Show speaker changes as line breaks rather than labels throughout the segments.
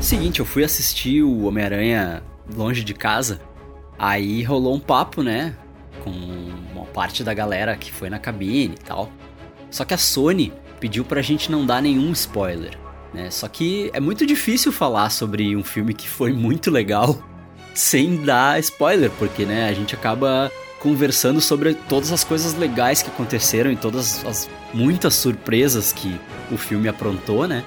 seguinte, eu fui assistir o Homem-Aranha longe de casa. Aí rolou um papo, né? Com uma parte da galera que foi na cabine e tal. Só que a Sony pediu pra gente não dar nenhum spoiler. Né? Só que é muito difícil falar sobre um filme que foi muito legal sem dar spoiler, porque né, a gente acaba conversando sobre todas as coisas legais que aconteceram e todas as muitas surpresas que o filme aprontou, né?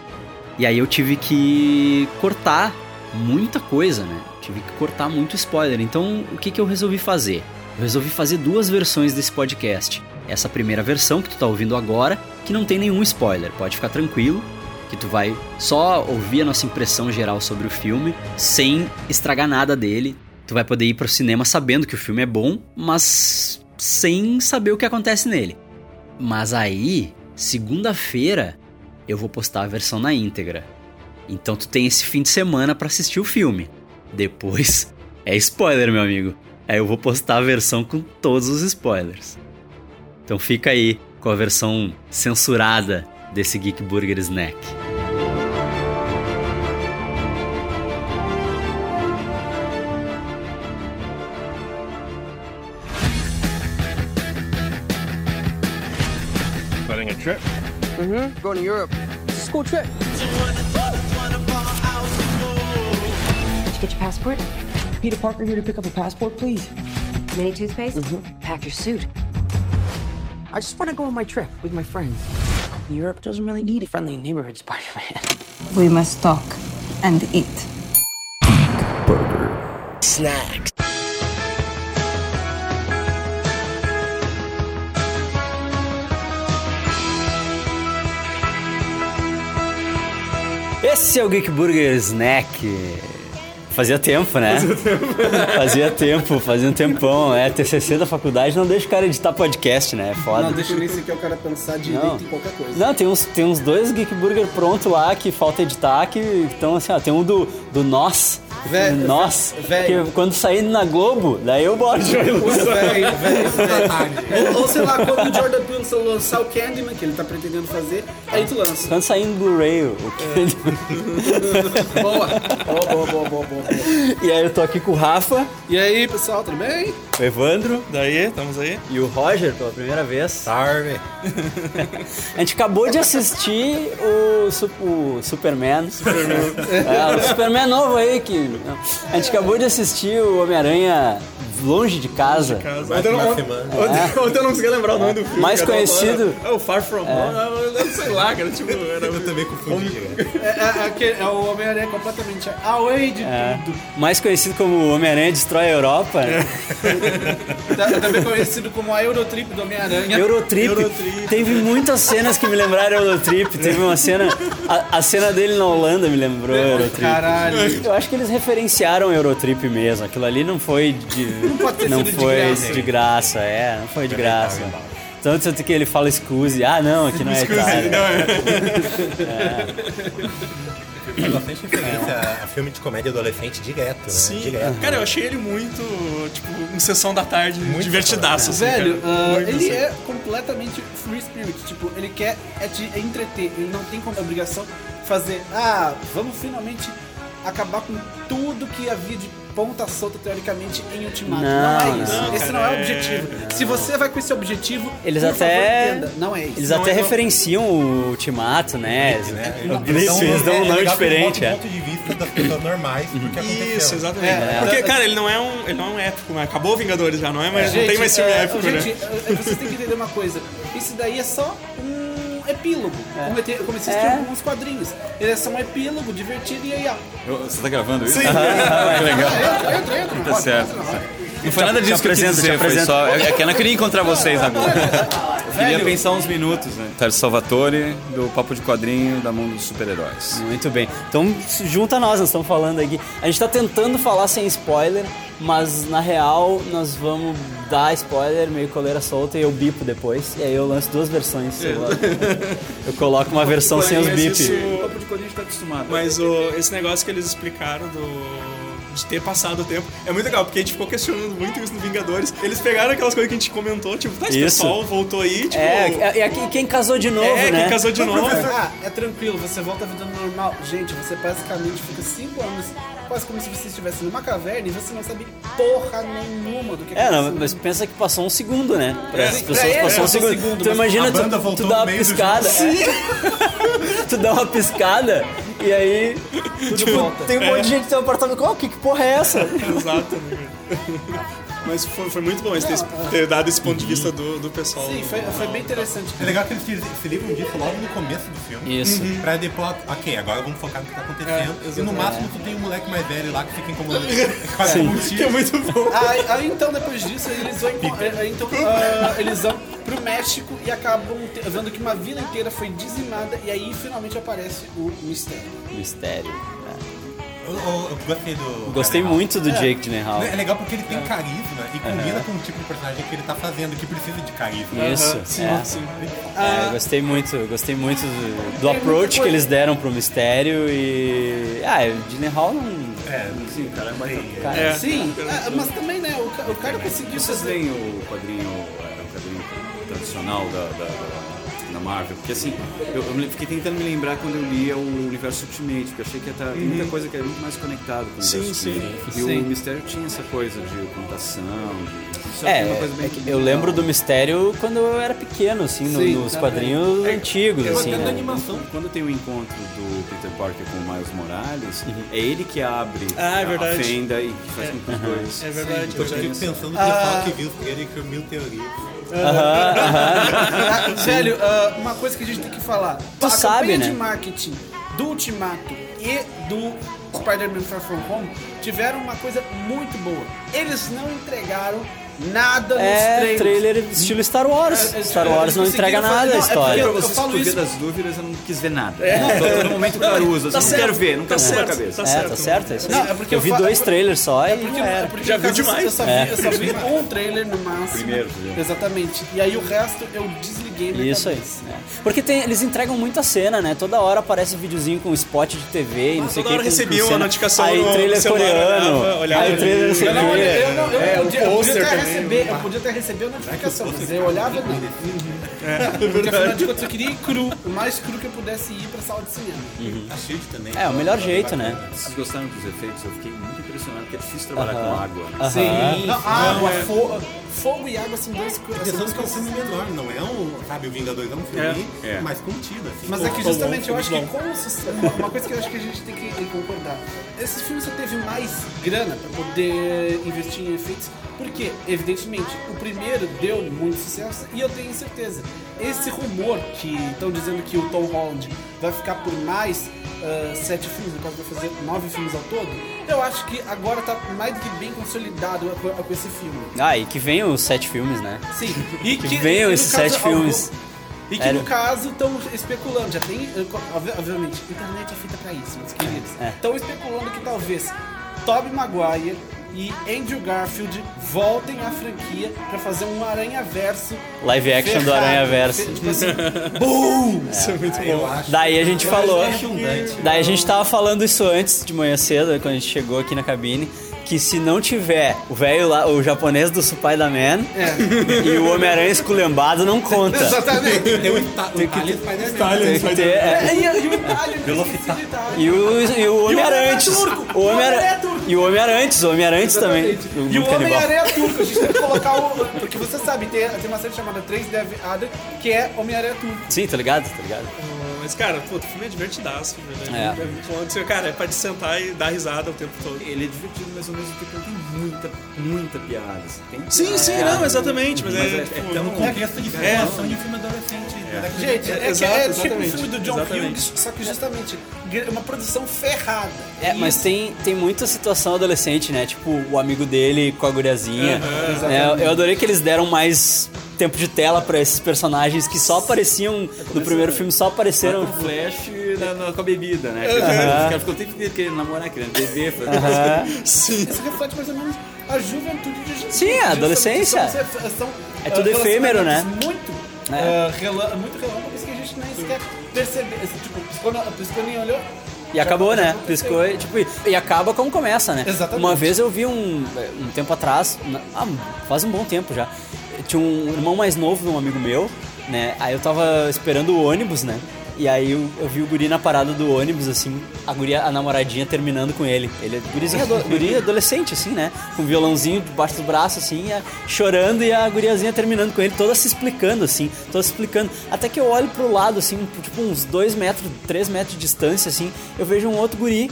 E aí eu tive que cortar muita coisa, né? Tive que cortar muito spoiler. Então, o que, que eu resolvi fazer? Eu resolvi fazer duas versões desse podcast. Essa primeira versão que tu tá ouvindo agora, que não tem nenhum spoiler, pode ficar tranquilo, que tu vai só ouvir a nossa impressão geral sobre o filme, sem estragar nada dele. Tu vai poder ir pro cinema sabendo que o filme é bom, mas sem saber o que acontece nele. Mas aí, segunda-feira, eu vou postar a versão na íntegra. Então tu tem esse fim de semana para assistir o filme. Depois é spoiler, meu amigo. Aí eu vou postar a versão com todos os spoilers. Então fica aí com a versão censurada desse Geek Burger Snack.
Planning a trip?
Mm-hmm. Going to Europe. It's a school trip.
Did you get your passport?
Peter Parker here to pick up a passport, please.
Mini toothpaste? Pack your suit.
I just want to go on my trip with my friends. Europe doesn't really need a friendly neighborhood Spider-Man.
We must talk and eat.
Snacks.
Esse é o Geek Burger Snack. Fazia tempo, né? Fazia tempo. fazia tempo, fazia um tempão. É, TCC da faculdade não deixa o cara editar podcast, né? É foda.
Não deixa nem sequer o cara pensar direito
Não.
em qualquer coisa.
Não, tem uns, tem uns dois Geek Burger pronto lá que falta editar, que estão assim, ó, tem um do, do Nós.
Velho,
do Nós.
velho.
Que quando sair na Globo, daí eu boto.
Puta, velho, velho, velho. Ou, ou sei lá, quando o Jordan Peterson lançar o Candyman, que ele tá pretendendo fazer, aí tu lança.
Quando sair no Blu-ray, o que-
Boa. Boa, boa, boa, boa, boa.
e aí eu tô aqui com o Rafa,
E aí, pessoal, tudo bem?
o Evandro
Daí, estamos aí.
e o Roger pela primeira vez. Tarde. a gente acabou de assistir o, Su- o Superman. É, o Superman novo aí que. A gente acabou de assistir o Homem-Aranha longe de casa.
Casa.
Ontem eu, não, ontem, ontem eu não consegui lembrar o nome do filme.
Mais
cara.
conhecido.
É o Far From Home, eu não sei lá, cara, tipo, era... Eu também confundi. né?
É, é, é que é o Homem-Aranha completamente away de tudo.
Mais conhecido como Homem-Aranha Destrói a Europa. né?
É. Tá- Também conhecido como a Eurotrip do Homem-Aranha.
Eurotrip. Teve muitas cenas que me lembraram Eurotrip. Teve uma cena. A, a cena dele na Holanda me lembrou Eurotrip.
Caralho.
Eu acho que eles referenciaram Eurotrip mesmo. Aquilo ali não foi de. Não,
pode ter sido de
foi
graça.
de graça, é, não foi de graça. Tanto tanto que ele fala excuse, ah não, aqui não é Itália.
Faz bastante referência a- a filme de comédia adolescente direto, né?
Sim.
Direto.
Cara, eu achei ele muito, tipo, um sessão da tarde divertidaço, assim,
Velho,
cara.
ah,
Muito
ele
assim.
é completamente free spirit. Tipo, ele quer é te entreter. Ele não tem como obrigação fazer, ah, vamos finalmente acabar com tudo que havia de ponta solta, teoricamente, em Ultimato.
Não,
Não, é isso.
não,
esse
cara,
não é o
é-
objetivo. Se você vai com esse objetivo,
Eles
por
até-
favor, entenda. Não é isso.
Eles
Não
até
é-
referenciam o Ultimato, né? O Blitz,
Então,
eles dão
É,
um nome
legal que ele
diferente,
bota
é.
o ponto de vista das pessoas normais, porque aconteceu.
Isso, exatamente.
É.
Porque, cara, ele não é um, ele não é um épico, né? Acabou Vingadores já, não é? Mas não
Gente,
tem mais filme
é,
épico, né?
gente, é, vocês têm que entender uma coisa. Isso daí é só um epílogo. Como, eu te- como existem
É.
alguns quadrinhos. Ele é só um epílogo divertido e aí, ó.
Você tá gravando isso?
Sim.
que legal.
Entra, entra, entra. não
Tá
pode,
certo.
entra, não.
Não foi nada disso que eu quis
apresenta, te
dizer, foi
apresenta.
só... É é que eu não queria encontrar vocês agora. Eu queria pensar uns minutos, né? Tarso Salvatore, do Papo de Quadrinho, da mão dos super-heróis.
Muito bem. Então, junta nós, nós estamos falando aqui. A gente está tentando falar sem spoiler, mas na real nós vamos dar spoiler, meio coleira solta e eu bipo depois. E aí eu lanço duas versões. sei lá. Eu coloco uma versão sem os
Mas
bips.
isso-
Papo de Quadrinho está tá acostumado.
Mas o- esse negócio que eles explicaram do. de ter passado o tempo. É muito legal, porque a gente ficou questionando muito isso no Vingadores. Eles pegaram aquelas coisas que a gente comentou, tipo, tá, esse
Isso.
pessoal voltou aí, tipo.
É, é, é quem- quem casou de novo,
é,
né?
quem casou de novo.
Professor, ah, é tranquilo, você volta à vida normal. Gente, você basicamente fica 5 anos quase como se você estivesse numa caverna e você não sabe porra nenhuma do que
É, não,
aconteceu.
mas pensa que passou um segundo, né? Para as
É,
pessoas
é,
passou um
passou
segundo.
um segundo,
tu
mas
imagina,
a
tu-
banda
tu,
voltou
dá
no
uma
meio do
piscada. tu dá uma piscada e aí.
É.
tipo, Tem um monte de gente que tem um apartamento. Oh, que, que porra é essa?
Exato. né? Mas foi, foi muito bom esse
Ah.
ter, ter dado esse ponto de vista do, do pessoal.
Sim, foi, foi bem interessante.
É legal que eles se- se livram disso logo no começo do filme.
Isso.
Pra depois, ok, agora vamos focar no que tá
É,
acontecendo. e no máximo tu tem um moleque mais velho lá que fica incomodando com a
Que é muito bom.
Aí, aí, então, depois disso, eles vão, enco- aí, então, ah, eles vão pro México e acabam te- vendo que uma vila inteira foi dizimada e aí finalmente aparece o mistério.
Mistério. né?
Eu, eu- eu gostei do.
Gostei
Gyllenhaal.
muito do Jake Gyllenhaal.
É legal porque ele tem carisma e combina com o tipo de personagem que ele tá fazendo, que precisa de carisma.
Isso.
Sim,
é.
sim.
Ah.
É, eu gostei muito, eu gostei muito do, do approach que eles deram pro mistério e. Ah, o Gyllenhaal não.
É,
Sim, cara, é mais...
Cara,
É.
Sim, ah, mas também, né, o, ca- o cara conseguiu
Vocês
fazer...
leem o quadrinho, é, o quadrinho tradicional da, da, da- da Marvel? Porque assim, eu, eu me- fiquei tentando me lembrar quando eu lia o Universo Ultimate, porque eu achei que ia tá, tem muita coisa que era muito mais conectado com o
Uhum. Sim,
Universo
sim.
Ultimate. E o Mistério tinha essa coisa de contação, de... Isso
É,
é uma coisa bem
é que eu lembro do mistério quando eu era pequeno, assim, no-
Sim,
nos
tá
quadrinhos
É,
antigos,
eu
assim.
até
né?
na animação, Então, quando tem o encontro do Peter Parker com o Miles Morales, é ele que abre
Uhum. Ah, é
a- a
verdade.
fenda e que faz com que os dois...
É verdade,
Eu fico pensando no
Ah.
pessoal que viu o trailer e criou mil teorias.
Ah, velho, ah, uma coisa que a gente tem que falar. a
sabe,
campanha
né?
de marketing do Ultimato e do Spider-Man Far From Home tiveram uma coisa muito boa. Eles não entregaram nada nos
É
trailers.
trailer estilo Star Wars.
É, é,
Star Wars
eles
não entrega
conseguiram fazer-
nada a
não, é
história.
Pra
eu- eu
vocês
falo
que eu
isso-
ver das dúvidas, eu não quis ver nada. Todo momento Caruso, eu
É. Tá
assim, não
certo,
quero ver, não
tá
quero ver na
certo,
cabeça.
tá
é, tá certo? é isso aí.
Não, é porque
eu
eu
vi
fa-
dois
é por-
trailers só e.
Porque, é, porque
Já
no caso,
viu demais.
Eu só vi,
É.
eu só vi um trailer no máximo.
Primeiro, viu?
Exatamente. E aí o resto eu desliguei minha
Isso aí.
cabeça.
é. Porque tem- eles entregam muita cena, né? Toda hora aparece videozinho com spot de TV e não sei o
Ah, toda
que.
hora
com- com
recebia uma
cena.
notificação
Aí
no
trailer
celular, né? Ah,
coreano.
olhava, olhava
aí
ali.
trailer não sei
Eu
o
não,
quê.
olhei- eu
É, o
não, eu, podia, eu podia
pôster
até
também. né?
receber, eu podia até receber a notificação, mas eu olhava não.
Uhum. É,
Porque afinal de contas eu queria ir cru, o mais cru que eu pudesse ir pra sala de cinema.
A Shield também.
É, o melhor jeito, né?
Vocês gostaram dos efeitos? Eu fiquei muito impressionado, porque é difícil trabalhar com água. né?
Sim. Não, água,
é.
fo- fogo e água são dois co-
A
são
questão
duas
é que é um
coisas.
filme menor, não é um, sabe, o Vingadores é um filme
É, é.
mais contido, assim.
Mas
Pô,
é que
pô,
justamente eu
foi
acho que
muito
como esse- uma, uma coisa que eu acho que a gente tem que concordar. Esse filme só teve mais grana pra poder investir em efeitos, porque, evidentemente, o primeiro deu muito sucesso e eu tenho certeza. Esse rumor que estão dizendo que o Tom Holland vai ficar por mais ah, sete filmes, no caso vai fazer nove filmes ao todo, eu acho que agora tá mais do que bem consolidado com, com esse filme.
Ah, e que vem os sete filmes, né?
Sim, e
Que venham
no
esses
caso,
sete
algum-
filmes.
E que
Sério.
no caso estão especulando, já tem. eh, co- obvi- Obviamente, internet é feita pra isso, meus queridos.
É.
Estão especulando que talvez Tobey Maguire e Andrew Garfield voltem à franquia pra fazer um Aranha Verso.
Live action do Aranhaverso.
Tipo assim,
Isso é muito
Eu
bom.
acho.
Daí a gente
eu
falou.
acho redundante.
Daí a gente tava falando isso antes de manhã cedo, quando a gente chegou aqui na cabine, que se não tiver o velho lá, o japonês do Supai da Man e o Homem-Aranha esculhambado, não conta.
exatamente.
Tem o Ita- o Italian Spider-Man.
Tem que ter, é.
É, e aí, o Itália, eu esqueci de Itália.
E o, e o Homem-Aranha.
turco.
O
O Homem-Aranha é
Homem-Aranha.
turco.
E o Homem-Aranha, o Homem-Aranha também.
Exatamente.
do
E o
Mundo Canibal.
Homem-Aranha é turco, a gente tem que colocar o. Porque você sabe, tem, tem uma série chamada 3 Dev Adam, que é Homem-Aranha turco.
Sim, tá ligado? Tá ligado?
Mas, cara, pô, o filme é divertidaço, velho.
É.
É muito bom. Você, Cara, é pra te sentar e dar risada o tempo todo.
Ele é divertido, mas ao mesmo tempo ele tem muita, muita piada. assim. Tem
Sim,
piada.
sim, não, exatamente. Mas,
Mas
é,
é-
tipo,
é tão
não-
Contexto de
É.
um
formação de filme adolescente. né? Daquele-
Gente, é, que-
Exato,
é tipo o
exatamente.
filme do John
Exatamente.
Hughes, só que justamente gra- uma produção ferrada.
É, mas tem, tem muita situação adolescente, né? Tipo, o amigo dele com a guriazinha. né? Eu- Eu adorei que eles deram mais tempo de tela pra esses personagens que só
É,
apareciam no
né?
primeiro filme, só apareceram.
Era um flash na- na- com a bebida, né? Os caras ficam o tempo inteiro querendo namorar, querendo beber. fazer coisas.
Isso reflete mais ou menos a juventude de hoje em
Sim,
dia.
a
Justamente
adolescência.
são- são- são,
É
ah,
tudo efêmero, né?
relacionamentos Muito.
É.
ah, relâ- muito relâmpago que a gente nem sequer percebe. Esse, Tipo, quando, quando ele olhou,
E acabou, né? Piscou e, tipo, e- e acaba como começa, né?
Exatamente.
Uma vez eu vi um, um tempo atrás, na- ah, faz um bom tempo já, tinha um irmão mais novo de um amigo meu, né? Aí eu tava esperando o ônibus, né? E aí eu, eu vi o guri na parada do ônibus, assim, a guria, a namoradinha terminando com ele. Ele é gurizinho, ado- guri adolescente, assim, né? Com um violãozinho debaixo do braço, assim, e a- chorando e a guriazinha terminando com ele, toda se explicando, assim, toda se explicando. Até que eu olho pro lado, assim, tipo uns 2 metros, 3 metros de distância, assim, eu vejo um outro guri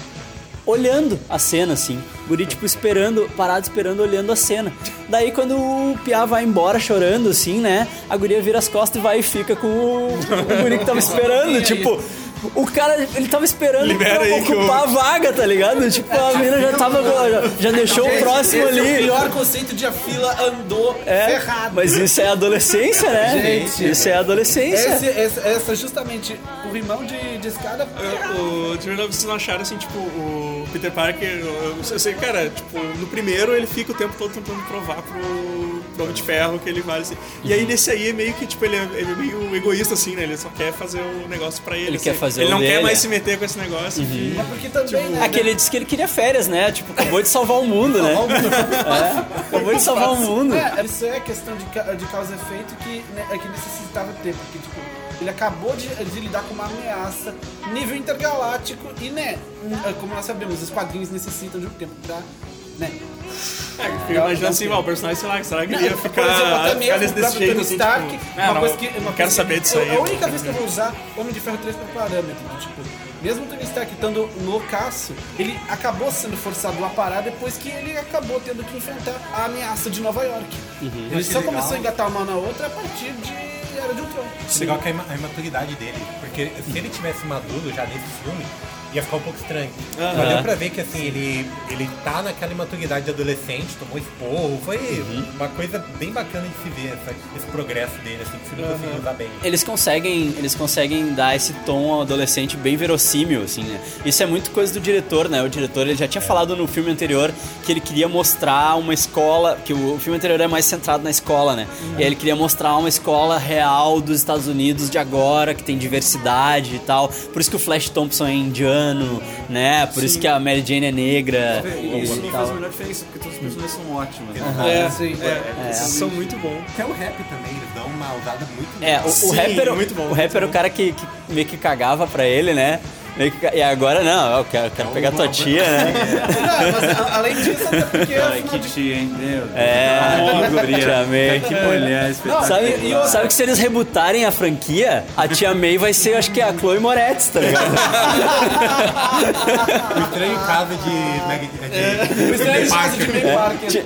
olhando a cena, assim. O guri, tipo, esperando, parado, esperando, olhando a cena. Daí, quando o Piá vai embora chorando, assim, né? A guria vira as costas e vai e fica com o, o guri que tava esperando, tipo... O cara, ele tava esperando
Libera
pra
aí que eu-
ocupar a vaga, tá ligado? Tipo, a mina já tava, já, já deixou o próximo
Esse é o
ali.
pior conceito de a fila andou
É,
ferrado.
mas isso é adolescência, né?
Gente.
isso é adolescência.
Esse, esse- essa, justamente, o rimão de, de escada. é
É, O de verdade, vocês não acharam assim, tipo, o Peter Parker, eu, eu eu sei, cara, tipo, no primeiro ele fica o tempo todo tentando provar pro, pro Homem de Ferro que ele vale assim. E
Uhum.
aí nesse aí é meio que, tipo, ele é, ele é meio egoísta, assim, né? Ele só quer fazer o negócio pra ele.
Ele
assim.
quer fazer
Ele
o
não
dele,
quer mais
é. Uhum.
se meter com esse negócio. enfim.
É porque também, né?
Aquele disse que ele queria férias, né? Tipo, acabou de salvar o mundo, né? É, acabou de salvar o mundo.
É, isso é questão de, ca- de causa e efeito que, né, é que necessitava ter, porque tipo, ele acabou de, de lidar com uma ameaça nível intergaláctico e, né, como nós sabemos, os quadrinhos necessitam de um tempo pra, né,
É, eu fico imaginando assim, ó, o personagem, sei lá, será que ele ia ficar,
Por exemplo, até
ficar
mesmo
desse,
o próprio
desse jeito?
Tony
Assim,
Stark,
tipo,
uma
ah, não,
coisa que... Uma
não
coisa
quero
que-
saber disso
eu-
aí.
A única vez que eu vou usar Homem de Ferro 3 pra parâmetro, do tipo... Mesmo o Tony Stark estando loucaço, ele acabou sendo forçado a parar depois que ele acabou tendo que enfrentar a ameaça de Nova York.
Uhum.
Ele só
legal.
começou a engatar uma na outra a partir de Era de Ultron.
Legal que é a ima- a imaturidade dele. Porque se ele tivesse maduro já nesse filme, ia ficar um pouco estranho. Mas deu pra ver que assim, ele, ele tá naquela imaturidade de adolescente, tomou esporro. Foi
Uhum.
uma coisa bem bacana de se ver essa- esse progresso dele, assim, que se ele conseguiu usar bem.
Eles conseguem, eles conseguem dar esse tom ao adolescente bem verossímil, assim, né? Isso é muito coisa do diretor, né? O diretor ele já tinha falado no filme anterior que ele queria mostrar uma escola, que o, o filme anterior é mais centrado na escola, né? E aí ele queria mostrar uma escola real dos Estados Unidos de agora, que tem diversidade e tal. Por isso que o Flash Thompson é indiano, né? Por isso que a Mary Jane é negra.
E Isso não
tal.
faz a menor diferença, porque todas as personagens são ótimas. né?
Uhum. É,
Sim.
é, esses são muito bons.
Até o rap também, eles dão uma usada muito.
É, o, o
Sim,
rapper,
muito bom,
o, rapper é o cara que, que meio que cagava pra ele, né? Meio que ca- e agora não, eu quero, eu quero pegar tua tia, né?
Não, mas a- além disso, até porque
Ai,
afinal
que
de
tia, hein? Meu Deus.
É, tipo,
Que guria.
tia
Tá
May.
Que mulher espetacular.
Sabe, sabe que se eles rebutarem a franquia, a tia May vai ser, acho que é a Chloe Moretz, tá ligado?
O estranho caso de.
Ah.
Meg- de-
É.
O estranho
de
caso de
é
May
Parker.
Parker.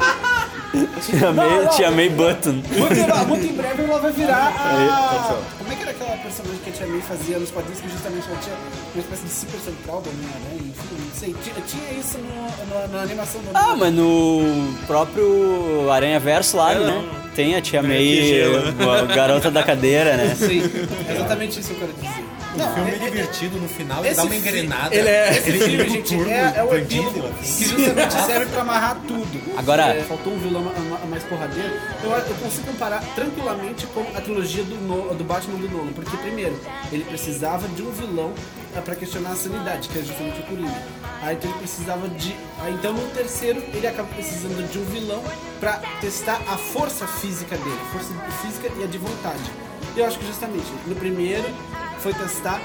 Tia May, tia May Button.
Muito, em- muito em breve ela vai virar a. Como é que era aquela personagem que a Tia May fazia nos quadrinhos que justamente ela tinha uma espécie de super central do Homem-Aranha? né, Enfim, não sei. Tinha, tinha isso no- no- na animação do
Ah,
Homem-Aranha.
mas no próprio Aranha Verso lá, né? Tem a tia May, a garota da cadeira, né?
Sim, é exatamente isso que eu quero dizer.
O filme é divertido no final, ele
Esse
dá uma
fi-
engrenada.
Ele é, esse
ele
filme,
um
gente,
turbo
é, é o
bandido,
epílogo
assim.
que justamente serve pra amarrar tudo.
Agora-
É, faltou um vilão ma- ma- mais porradeiro. Eu, eu consigo comparar tranquilamente com a trilogia do, No- do Batman do Nolan, porque primeiro, ele precisava de um vilão eh, pra questionar a sanidade, que é justamente o Coringa. Aí então ele precisava de. Aí, então no terceiro, ele acaba precisando de um vilão pra testar a força física dele, a força física e a de vontade. E eu acho que justamente no primeiro foi testar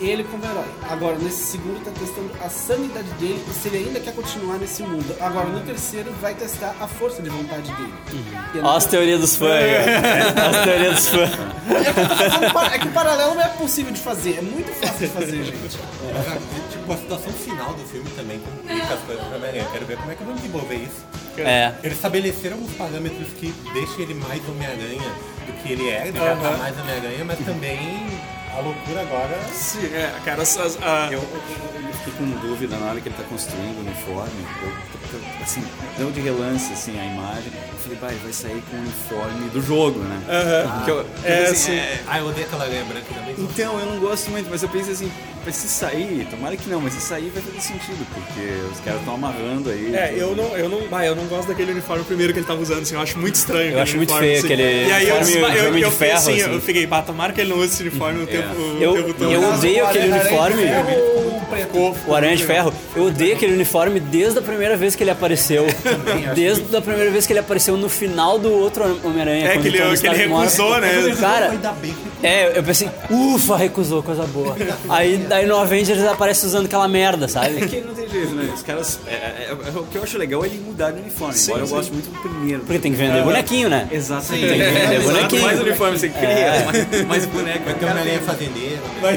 ele como herói. Agora, nesse segundo, tá testando a sanidade dele e se ele ainda quer continuar nesse mundo. Agora, no terceiro, vai testar a força de vontade dele. E eu não-
Ó as teorias dos fãs aí. ó. Ó as teorias dos fãs.
É que eu tô fazendo par- é que o paralelo não é possível de fazer. É muito fácil de fazer, gente.
É, Tipo, a situação final do filme também complica as coisas pra Homem-Aranha. Quero ver como é que vão desenvolver isso.
É.
Eles estabeleceram alguns parâmetros que deixam ele mais Homem-Aranha do que ele é, ele já tá mais Homem-Aranha, mas também a loucura agora.
Sim, é, cara, as, as- a-
Eu, eu fiquei com dúvida na hora que ele tá construindo o uniforme. Eu, eu- assim, deu de relance assim, a imagem. Eu falei, vai, ele vai sair com o uniforme do jogo, né? Porque eu-
é,
assim,
sim.
é-
Ah, eu odeio aquela aranha branca também.
Então, eu não gosto muito, mas eu pensei assim, mas se sair, tomara que não, mas se sair vai fazer sentido, porque os caras estão amarrando aí.
É, eu não, eu não, bah, eu não gosto daquele uniforme primeiro que ele tava usando, assim, eu acho muito estranho. aquele
acho muito
uniforme,
feio
assim.
aquele
E aí eu,
uniforme-
eu, eu,
uniforme de
eu fiquei
ferro,
assim,
assim. É.
eu um fiquei, bah, tomara que ele não use esse uniforme o tempo, o
Eu,
tempo todo. né?
eu odeio aquele
Aranha de
uniforme.
Ferro, preto.
O Aranha de Ferro. Eu odeio aquele uniforme desde a primeira vez que ele apareceu. Desde a primeira vez que ele apareceu no final do outro Homem-Aranha.
É,
quando
que ele,
o Tony
que ele
Stark morre.
recusou, né?
Cara,
Ainda bem que
é, eu pensei, ufa, recusou, coisa boa. Aí, daí no Avengers aparece usando aquela merda,
É
sabe?
que não tem jeito, né? Os caras. é, é, é, o que eu acho legal é ele mudar de uniforme.
Sim,
Embora
sim.
eu goste muito do primeiro.
Porque tem que
É.
vender bonequinho, né?
Exatamente.
Tem que vender
Exato, É,
bonequinho.
Mais uniforme você cria,
É.
mais, mais boneco.
vai ter uma linha fazendeira.
Vai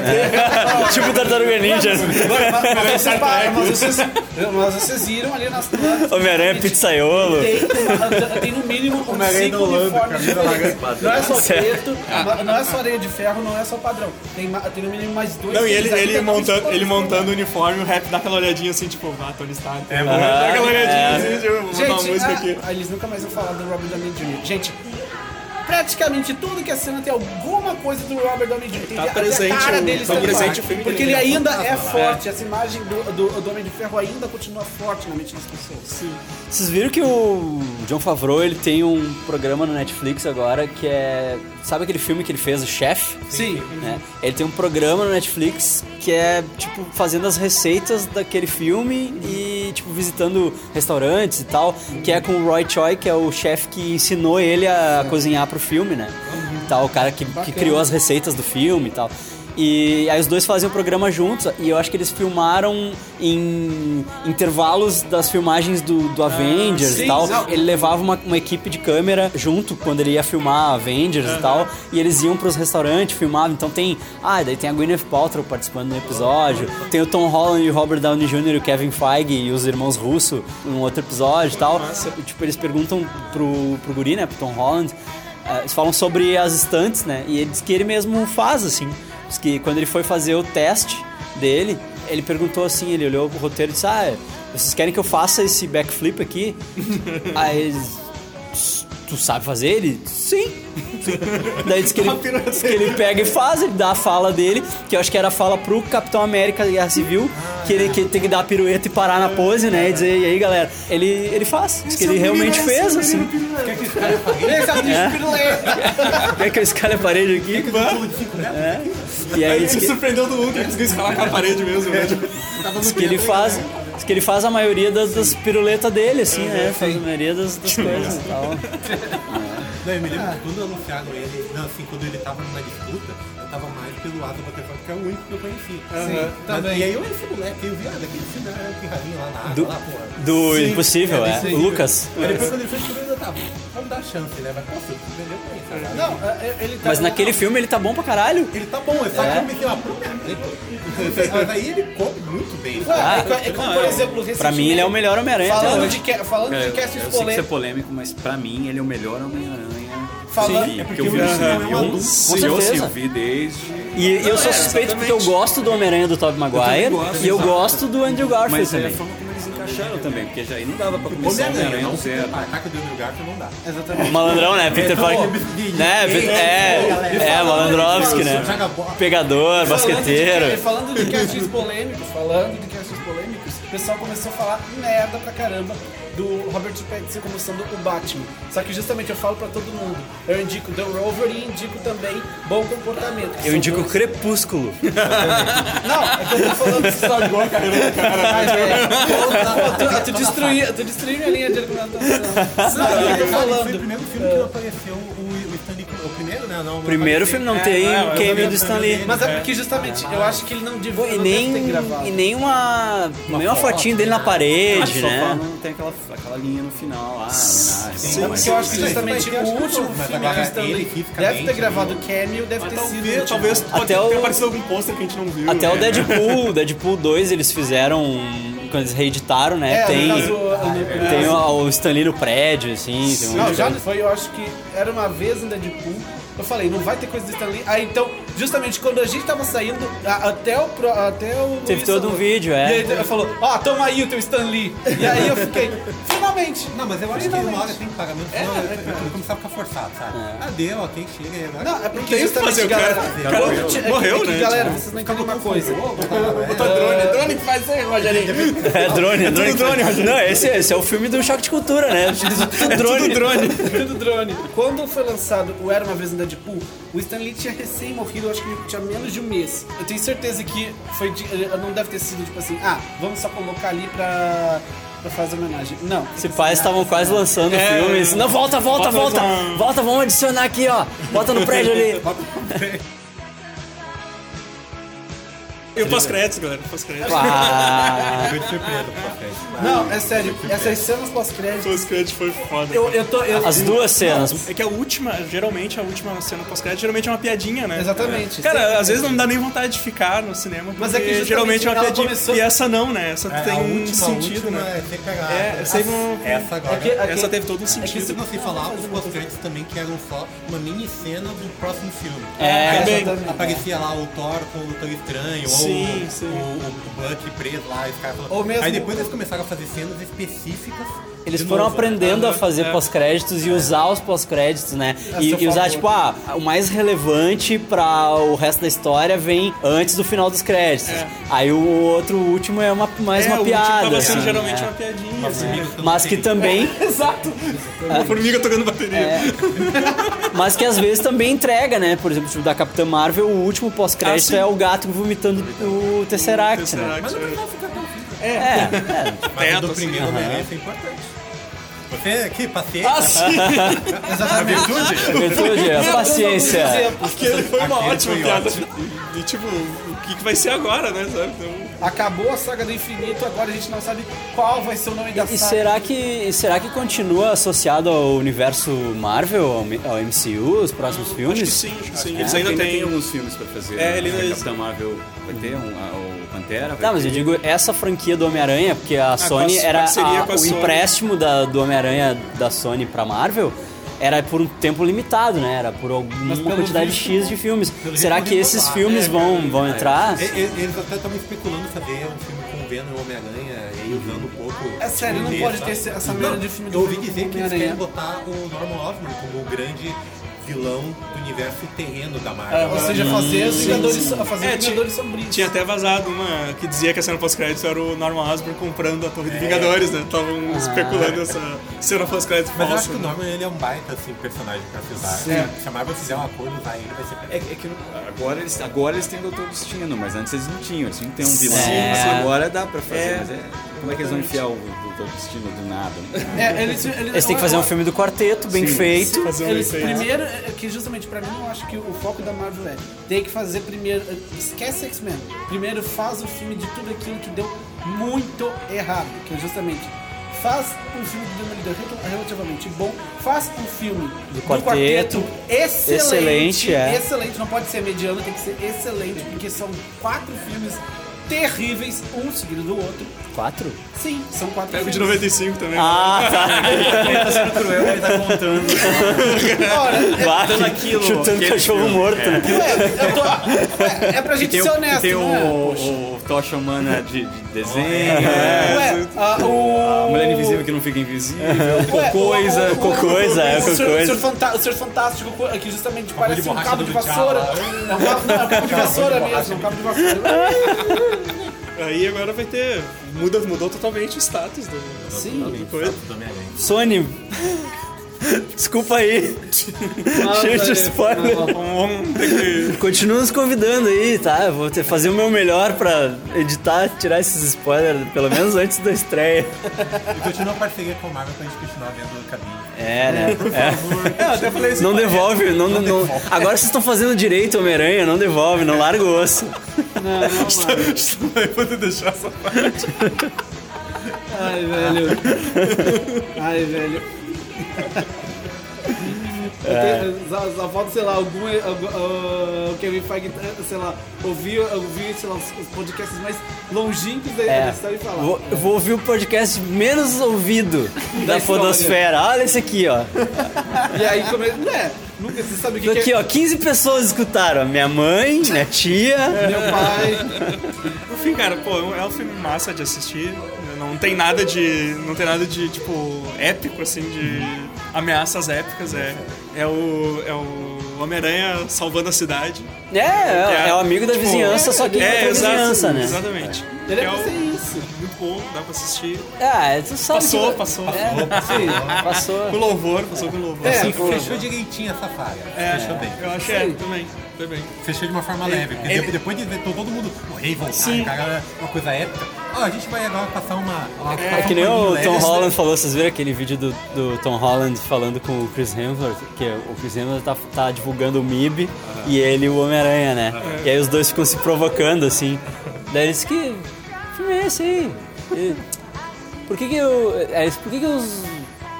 ter.
tipo Tartaruga Ninja.
Mas, mas vocês param, mas vocês, mas vocês viram ali nas plantas.
Homem-Aranha pizzaiolo.
Tem, uma- tem no mínimo uns
Homem-Aranha
cinco
na Holanda,
uniformes
camisa larga.
diferentes. Não é só
Certo.
preto, não é só areia de ferro, não é só padrão. Tem, ma- tem no mínimo mais dois.
Não, e
três
ele,
ali,
ele,
cada um
montando,
escolhe
ele
um.
montando o uniforme, o rap dá aquela olhadinha assim, tipo, ah, Tony Stark. É,
aham,
dá aquela olhadinha
é.
assim, tipo, vou botar uma
Gente,
música
ah,
aqui.
ah, eles nunca mais vão falar do Robert Downey Jr. Gente, praticamente tudo que a cena tem alguma coisa do Robert Downey Jr. Tem
Tá
até
presente
a cara
o-
dele
tá
estando
presente
lá,
o filme
Porque
dele,
ele
né?
ainda é forte, essa imagem do, do, do Homem de Ferro ainda continua forte na mente das pessoas.
Vocês viram que o John Favreau ele tem um programa no Netflix agora que é. Sabe aquele filme que ele fez, O Chefe?
Sim.
Né? Ele tem um programa no Netflix que é, tipo, fazendo as receitas daquele filme e, tipo, visitando restaurantes e tal. Que é com o Roy Choi, que é o chefe que ensinou ele a cozinhar pro filme, né? E Tal, o cara que, que criou as receitas do filme e tal. E aí os dois fazem o programa juntos e eu acho que eles filmaram em intervalos das filmagens do, do Avengers
Ah, sim,
e tal.
não.
Ele levava uma, uma equipe de câmera junto quando ele ia filmar Avengers e tal. E eles iam pros restaurantes, filmavam. Então tem. Ah, daí tem a Gwyneth Paltrow participando do episódio. Tem o Tom Holland e o Robert Downey Jr. e o Kevin Feige e os irmãos Russo num outro episódio e tal. E, tipo, eles perguntam pro, pro Guri, né? Pro Tom Holland. ah, eles falam sobre as estantes, né? E ele diz que ele mesmo faz, assim. Diz que quando ele foi fazer o teste dele, ele perguntou assim, ele olhou o roteiro e disse, ah, vocês querem que eu faça esse backflip aqui? Aí eles, tu sabe fazer? Ele, sim. Daí diz que, ele, diz que ele pega e faz, ele dá a fala dele, que eu acho que era a fala pro Capitão América da Guerra Civil, que ele, que ele tem que dar a pirueta e parar na pose, né, e dizer, e aí galera, ele, ele faz, diz que
é
ele realmente fez, assim.
Esse atriz
É.
piruleta.
Quer que eu escale a parede aqui?
Tipo, né?
É. E aí
Ele
diz
se
que...
surpreendeu do Ultra, conseguiu escalar com a parede mesmo, né? Tipo,
Diz que ele faz. diz que ele faz a maioria das, das piruletas dele, assim, né? Faz a maioria das, das coisas e tal.
Não, eu me lembro que quando anunciaram ele, não, assim, quando ele tava numa disputa, eu tava mais pelo lado do Butterfly, porque é o único que eu conhecia. Sim, E aí eu olhei esse moleque, eu vi, ah, daquele filme era o pirralhinho lá na água,
Do-
lá, porra.
Do Impossível, é.
desse
O
aí.
Lucas.
Aí depois quando ele fez o filme, eu tava, vamos dar chance, né? Mas, pô, filho, entendeu pra isso, cara?
Não, é, ele tá.
Mas naquele filme ele tá bom pra caralho.
Ele tá bom, é só que eu me dei uma própria letra. Mas aí ele come muito bem.
Ué, é co- é como, por exemplo,
Pra mim ele é o melhor Homem-Aranha até
Falando
hoje.
de, ca- falando
Cara,
de casting
eu sei que isso é
polêmico.
polêmico, mas pra mim ele é o melhor Homem-Aranha.
Falando-
Sim,
é
porque eu vi no cinema.
é um
Eu,
adulto.
sim, eu
certeza.
sim, vi desde.
E eu sou suspeito porque eu gosto do Homem-Aranha do Tobey Maguire
gosto,
e eu
exato.
gosto do Andrew Garfield
Mas é a
também.
forma como eles encaixaram também, porque já aí não dava pra começar o
Homem-Aranha,
Homem-Aranha
não ah,
do zero.
Ataque do Andrew Garfield não dá.
Exatamente.
Malandrão, né? Peter Parker. Né? Pe- É, é, Malandrovski, né?
Joga bola.
Pegador,
Falando de,
basqueteiro.
falando de castings polêmicos, falando de castings polêmicos, o pessoal começou a falar merda pra caramba do Robert Pattinson como sendo o Batman. Só que justamente eu falo pra todo mundo. Eu indico The Rover e indico também Bom Comportamento. que
Eu
são
indico
dois-
Crepúsculo.
Não, é que eu tô falando isso agora, cara.
um
Mas é, pô, tu, tu, destruiu, tu destruiu minha linha de argumentação. Não, eu tô
Foi o
falando.
primeiro filme que apareceu o, o Stanley Kubrick. O primeiro, né? Não,
Primeiro filme não tem o cameo do Stan Lee.
Mas é porque justamente eu acho que ele não devia
E
não deve ter
nem,
gravado.
e nem uma, nem uma fotinho dele na
Mas
parede,
só fala,
né?
não tem aquela, aquela linha no final lá, homenagem. né?
Sim,
mas-
Porque eu acho que é
Sim,
justamente tipo,
sim.
o último
Mas
filme
agora
do Stan
ele
Lee
que fica
deve ter
mente,
gravado cameo, deve ter sido.
talvez, talvez pode
Até
ter
o-
aparecido algum pôster que a gente não viu.
Até o
né?
Deadpool, Deadpool 2 eles fizeram, um, quando eles reeditaram, né?
É,
tem É,
no caso, no-
tem um- o, o Stan Lee no prédio, assim. Tem um monte
Não,
de
já
coisa.
foi, eu acho que era uma vez no Deadpool. Eu falei, não vai ter coisa do Stan Lee. Aí então, justamente quando a gente tava saindo, a- até o. pro- Até o
Teve todo um vídeo, é.
E aí ele falou, ó, toma aí o teu Stan Lee. E aí eu fiquei, finalmente.
Não, mas eu acho que
Finalmente.
uma hora tem que pagar menos. É, eu, eu, eu começava a ficar forçado, sabe? Ah, deu, ok, chega. é nóis.
Não, é porque
Tem que
justamente,
fazer, o
galera.
cara- o cara
é que- é que-
morreu,
é que,
né?
Galera, vocês não entendem uma coisa.
Drone, drone que faz isso aí, Rogerinho.
É drone, é drone. Não, esse, esse é o filme do choque de cultura, né?
É
Tudo drone.
Tudo drone. Quando foi lançado o Era Uma Vez no Deadpool, o Stan Lee tinha recém morrido eu acho que tinha menos de um mês. Eu tenho certeza que foi de, eh, não deve ter sido tipo assim, ah, vamos só colocar ali pra, pra fazer homenagem. Não.
Se pais estavam quase lançando o
É.
filme. Assim, não, volta, volta, volta!
um.
Volta, vamos adicionar aqui, ó. Bota no prédio ali.
E
Tá
o pós-créditos, galera. o Pós-créditos.
Ah,
Foi de surpresa pra vocês.
Não, é sério, essas cenas pós-crédito.
O pós-crédito foi foda.
Eu, eu tô. eu-
as duas cenas.
É que a última, geralmente, a última cena pós-crédito geralmente é uma piadinha, né?
Exatamente.
Cara, às vezes não dá nem vontade de ficar no cinema, porque
Mas é que justamente
geralmente é uma
ela
piadinha.
começou-
E essa não, né? Essa
É,
tem
a
um
última, a
sentido,
última
né?
é sempre agarrada.
É, sempre um-
Essa agora.
É que- é que-
Essa teve todo um
É que se
sentido.
não se falar, os pós-créditos também que eram só uma mini cena do próximo filme.
É,
também.
Exatamente. Aparecia lá o Thor com o Doutor Estranho,
Sim,
ou
sim.
o, o, o Buck preso lá, os caras falando.
Ou mesmo-
Aí depois eles começaram a fazer cenas específicas.
Eles
de
foram
novo, né?
aprendendo a fazer
É.
pós-créditos e usar os pós-créditos, né? E, e usar, tipo, ah, o mais relevante pra o resto da história vem antes do final dos créditos. Aí o outro o último é uma, mais
É,
uma
o último
piada.
Tava sendo
assim,
geralmente É.
né?
uma
É.
piadinha, assim.
Mas que também.
Exato.
Uma formiga tocando bateria.
Mas que às vezes também entrega, né? Por exemplo, tipo, da Capitã Marvel, o último
Ah,
pós-crédito
sim.
é o gato vomitando o Tesseract, né?
Tesseract, é.
Mas o
Teto,
do
assim,
primeiro
né?
Homem-Aranha foi importante. Você aqui, né? paciência.
Ah, Virtude, a paciência.
Aquele foi uma
Aquele
ótima
foi
piada.
ótimo.
E tipo, o que, que vai ser agora, né? Sabe? Então,
Acabou a saga do infinito, agora a gente não sabe qual vai ser o nome da
E
saga.
será que, e será que continua associado ao universo Marvel, ao, M- ao MCU, os próximos filmes?
acho que sim, acho que sim. Eles
Ainda
ainda
tem um-
têm.
alguns filmes pra fazer.
É,
né?
ele-
A Capitã Marvel vai ter um, a- o Pantera. vai
Tá, mas eu
ter.
digo essa franquia do Homem-Aranha, porque a Sony
a
era
Ah, parceria
a-
com a
o
Sony.
empréstimo da- do Homem-Aranha da Sony pra Marvel era por um tempo limitado, né? Era por alguma quantidade X de filmes. Será
jeito
que
não
esses
vai,
filmes
né, É,
vão, vão entrar?
E- e- Eles até estavam especulando fazer um filme com o Venom e o Homem-Aranha e usando um pouco.
É sério, não
dele,
pode
sabe? Então,
ter esse- essa merda de filme do
Eu ouvi
Venom
dizer
com
que eles
Homem-Aranha.
querem botar o Norman Osborn como o grande vilão do universo terreno da Marvel.
Ou seja, fazer os Vingadores, fazer
É,
os
tinha-
Vingadores sombrios.
Tinha até vazado uma que dizia que a cena pós-crédito era o Norman Osborn comprando a Torre dos Vingadores, né? Estavam especulando essa cena pós-crédito
Mas eu acho que o
falsa. né?
Norman ele é um baita assim, personagem pra se usar. Se- Se a Marvel fizer uma coisa, usar ele vai ser
É, é que agora eles, agora eles têm Doutor Destino, mas antes eles não tinham. Eles tinham que ter um vilão.
É.
Assim, agora dá pra fazer,
É.
mas é, como é que eles vão enfiar o Doutor Destino do nada? né?
É, eles, eles,
Eles têm que fazer um filme do quarteto, bem feito.
Fazer um
Eles,
efeito.
primeiro, é que justamente pra mim eu acho que o foco da Marvel é tem que fazer primeiro. Esquece X-Men. Primeiro faz o filme de tudo aquilo que deu muito errado. Que é justamente faz um filme do Demolidor rel- relativamente bom. Faz um filme do
Quarteto.
excelente.
Excelente, é.
excelente. Não pode ser mediano, tem que ser excelente, porque são quatro filmes terríveis, um seguido do outro.
Quatro?
Sim, são quatro
Pega o de
filmes.
95 também.
Ah, tá.
é
cruel, ele tá contando.
Ora, é-
Vai, chutando cachorro morto,
é.
né?
Ué, eu tô- ué, é pra gente
Tem,
ser
o,
honesto,
tem o,
né?
o Tocha Humana de, de desenho,
Ué, ah, o...
a Mulher Invisível que não fica invisível,
Ué,
coisa,
o- o- o-
coisa, é,
o Sr.
coisa.
Sr. Fanta- O Sr. Fantástico, co- que justamente parece um
borracha
cabo
do
de
T'Challa.
vassoura. É um cabo, não, é um cabo de vassoura mesmo, é um cabo de vassoura.
né? Aí agora vai ter. Muda, mudou totalmente o status do.
Sim.
do coisa.
Sony. Desculpa aí. Cheio de spoiler.
Vamos ter que.
Continua nos convidando aí, tá? Eu Vou ter, fazer o meu melhor pra editar, tirar esses spoilers, pelo menos antes da estreia.
E continua a parceria com a Marvel pra gente continuar vendo o caminho.
É, né?
É, eu até falei
É.
isso.
Não devolve, não, não, Agora vocês estão fazendo direito, Homem-Aranha, não devolve, não larga o osso.
Vai poder deixar essa parte.
Ai, velho. Ai, velho. A, a volta, sei lá, algum. eh, algum- ah, O Kevin Feige, sei lá, ouviu, ouviu sei lá, os os podcasts mais longínquos da
É.
história e falar.
Vou, vou ouvir o podcast menos ouvido da
é
Podosfera. Olha esse aqui, ó.
E aí começa. Né? Nunca se sabe o que, que
Aqui,
é
ó, 15 pessoas escutaram. Minha mãe, minha tia.
meu pai.
Enfim, cara, pô, é um filme massa de assistir. Não tem nada de. Não tem nada de, tipo, épico, assim, de ameaças épicas. É, é o. É o Homem-Aranha salvando a cidade.
É, é, é o amigo da
tipo,
vizinhança, só que
é,
é, da
exato,
vizinhança, né?
Exatamente.
Ele
é
é
o-
fazer isso.
Muito bom, dá pra assistir.
É, tu sabe
Passou,
que...
passou.
É, passou.
Com louvor, passou com louvor.
É,
com louvor.
fechou direitinho essa falha. Fechou bem.
Eu acho que é, também, também.
Fechou de uma forma leve. Porque
ele-
depois de ver todo mundo morrer e voltar,
Sim.
cara, uma coisa épica. Ó, a gente vai agora passar uma. uma assim.
É que nem
né?
o Tom Holland falou, vocês viram aquele vídeo do, do Tom Holland falando com o Chris Hemsworth, que o Chris Hemsworth tá, tá divulgando o MIB e ele o Homem-Aranha, né? E aí os dois ficam se provocando, assim. Daí ele disse que filme é esse aí? E, por que que eu... É, isso, por que que os...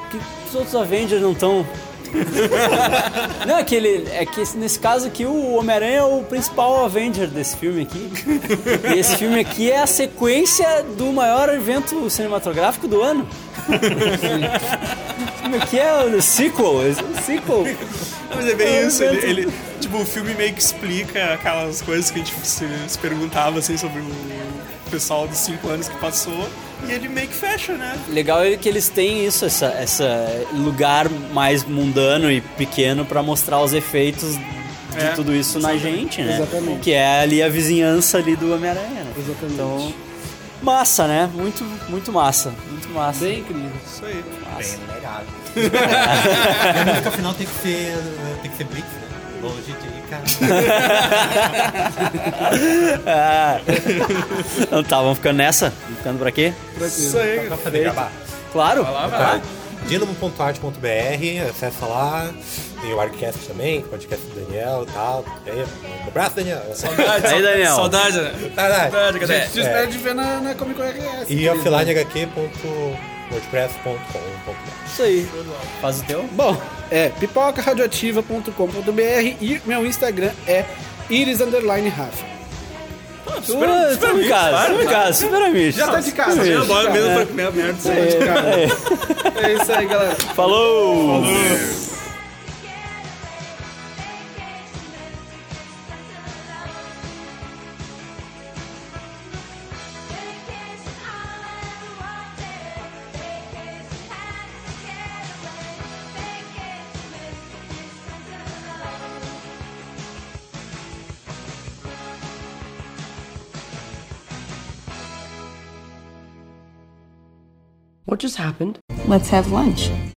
por que que os outros Avengers não estão... Não, é que, ele, é que esse- nesse caso aqui o Homem-Aranha é o principal Avenger desse filme aqui. E esse filme aqui é a sequência do maior evento cinematográfico do ano. Esse filme aqui é o sequel, é o sequel.
Mas é bem
Eu
isso, ele,
invento.
ele- Tipo, o filme meio que explica aquelas coisas que a gente se, se perguntava, assim, sobre o pessoal dos cinco anos que passou. E ele meio que fecha, né?
Legal é que eles têm isso, essa, essa lugar mais mundano e pequeno pra mostrar os efeitos de
É,
tudo isso na gente, né?
Exatamente.
Que é ali a vizinhança ali do Homem-Aranha. Né?
Exatamente.
Então, massa, né? Muito, muito massa, muito massa.
Bem incrível.
Isso aí.
Ah, Bem legal. e a música final tem que ser. Tem que ser Blitz, né? Longe de casa.
Ah. Então tá, vamos ficando nessa? Vamos ficando por aqui?
Isso aí.
Pra poder acabar.
Claro.
Tá? Dinamo.art.br, acessa lá. Tem o Arcast também, podcast do Daniel e tal. É, Um abraço, Daniel.
Aí, Daniel.
Saudade, né?
Tá, tá.
Saudade, cadê?
Te espero te ver na, na Comic Con RS.
E offlinehq.wordpress.com.br
Isso aí. Faz o teu.
Bom, é pipocaradioativa.com.br e meu Instagram é iris underline Rafa.
Super, super amigo, cara, super cara, super amigo.
Já tá de casa,
Super
já
amigo.
Bora mesmo pra comer a merda. isso aí.
É, cara. é isso aí, galera.
Falou!
What just happened?
Let's have lunch.